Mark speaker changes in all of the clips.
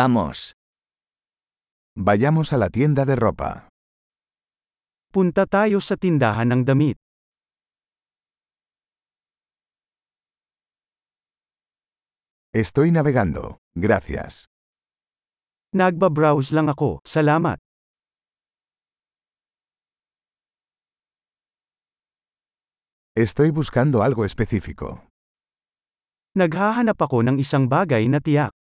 Speaker 1: Vamos.
Speaker 2: Vayamos a la tienda de ropa.
Speaker 3: Punta tayo sa tindahan ng damit.
Speaker 2: Estoy navegando, gracias.
Speaker 3: Nagbabrowse lang ako, salamat.
Speaker 2: Estoy buscando algo específico.
Speaker 3: Naghahanap ako ng isang bagay na tiyak.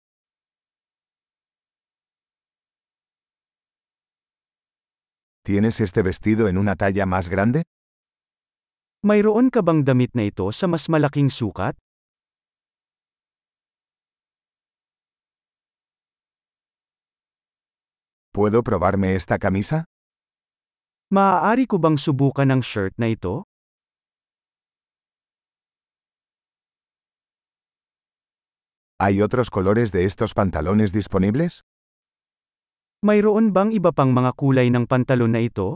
Speaker 2: ¿Tienes este vestido en una talla más grande?
Speaker 3: Mayroon ka bang damit na ito sa mas malaking sukat?
Speaker 2: ¿Puedo probarme esta camisa?
Speaker 3: Maaari ko bang subukan ang shirt na ito?
Speaker 2: ¿Hay otros colores de estos pantalones disponibles?
Speaker 3: Mayroon bang iba pang mga kulay ng pantalon na ito?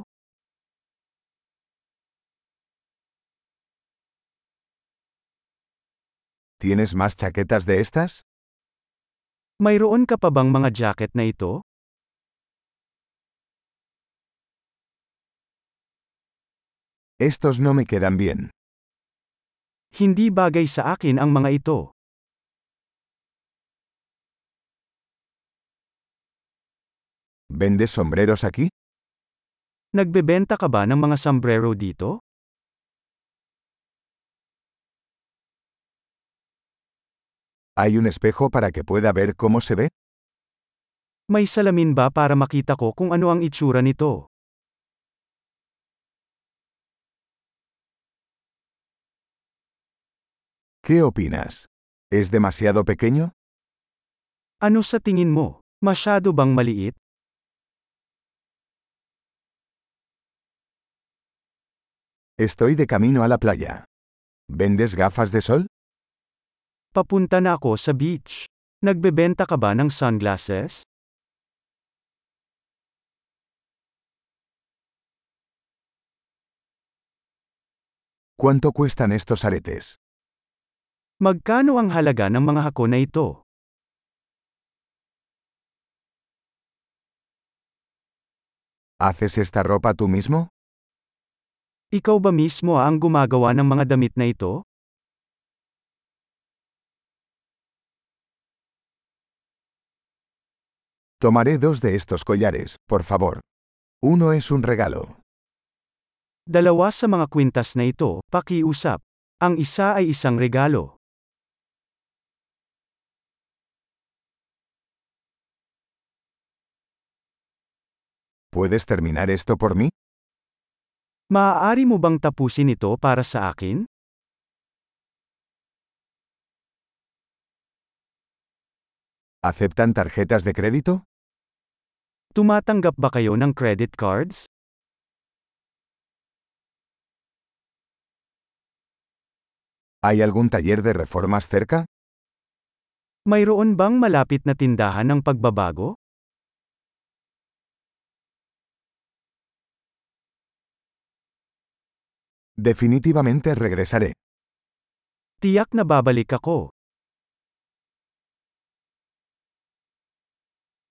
Speaker 2: ¿Tienes más chaquetas de estas?
Speaker 3: Mayroon ka pa bang mga jacket na ito?
Speaker 2: Estos no me quedan bien.
Speaker 3: Hindi bagay sa akin ang mga ito.
Speaker 2: ¿Vendes sombreros aquí?
Speaker 3: Nagbebenta ka ba ng mga sombrero dito?
Speaker 2: ¿Hay un espejo para que pueda ver cómo se ve?
Speaker 3: May salamin ba para makita ko kung ano ang itsura nito?
Speaker 2: ¿Qué opinas? ¿Es demasiado pequeño?
Speaker 3: Ano sa tingin mo? Masyado bang maliit?
Speaker 2: Estoy de camino a la playa. ¿Vendes gafas de sol?
Speaker 3: Papunta na ako sa beach. Nagbebenta ka ba ng sunglasses?
Speaker 2: ¿Cuánto cuestan estos aretes?
Speaker 3: Magkano ang halaga ng mga hako na ito?
Speaker 2: ¿Haces esta ropa tú mismo?
Speaker 3: Ikaw ba mismo ang gumagawa ng mga damit na ito?
Speaker 2: Tomaré dos de estos collares, por favor. Uno es un regalo.
Speaker 3: Dalawa sa mga kwintas na ito, pakiusap. Ang isa ay isang regalo.
Speaker 2: ¿Puedes terminar esto por mí?
Speaker 3: Maaari mo bang tapusin ito para sa akin?
Speaker 2: ¿Aceptan tarjetas de crédito?
Speaker 3: Tumatanggap ba kayo ng credit cards?
Speaker 2: ¿Hay algún taller de reformas cerca?
Speaker 3: Mayroon bang malapit na tindahan ng pagbabago?
Speaker 2: Definitivamente regresaré.
Speaker 3: Tiyak na babalik ako.